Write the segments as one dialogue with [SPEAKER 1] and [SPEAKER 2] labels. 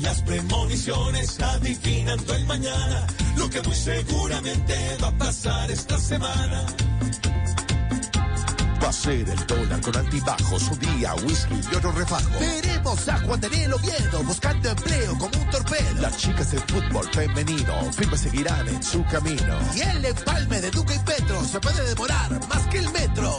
[SPEAKER 1] las premoniciones adivinando el mañana, lo que muy seguramente va a pasar esta semana.
[SPEAKER 2] Va a ser el dólar con altibajos, un día whisky y oro refajo.
[SPEAKER 3] Veremos a Juan Daniel Oviedo buscando empleo como un torpedo.
[SPEAKER 2] Las chicas del fútbol femenino firmes seguirán en su camino.
[SPEAKER 3] Y el empalme de Duque y Petro se puede demorar más que el metro.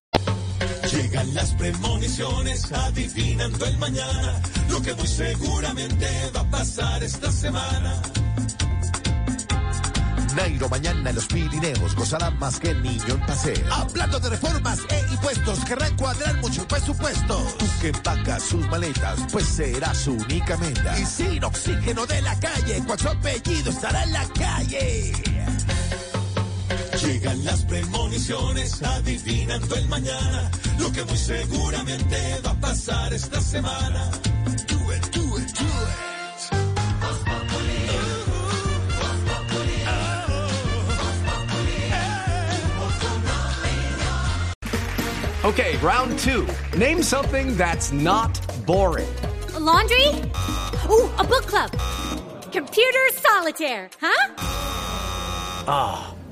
[SPEAKER 1] Llegan las premoniciones adivinando el mañana, lo que muy seguramente va a pasar esta semana.
[SPEAKER 2] Nairo mañana en los Pirineos gozará más que niño en paseo.
[SPEAKER 3] Hablando de reformas e impuestos, querrán cuadrar mucho presupuesto.
[SPEAKER 2] Tú que empacas sus maletas, pues será su única meta.
[SPEAKER 3] Y sin oxígeno de la calle, cual su apellido estará en la calle.
[SPEAKER 1] Llegan las premoniciones adivinando el mañana, lo que muy seguramente va a pasar esta semana.
[SPEAKER 3] Do it, do it, do it.
[SPEAKER 4] Okay, round two. Name something that's not boring.
[SPEAKER 5] A laundry? Ooh, a book club. Computer solitaire, huh?
[SPEAKER 4] Ah, oh,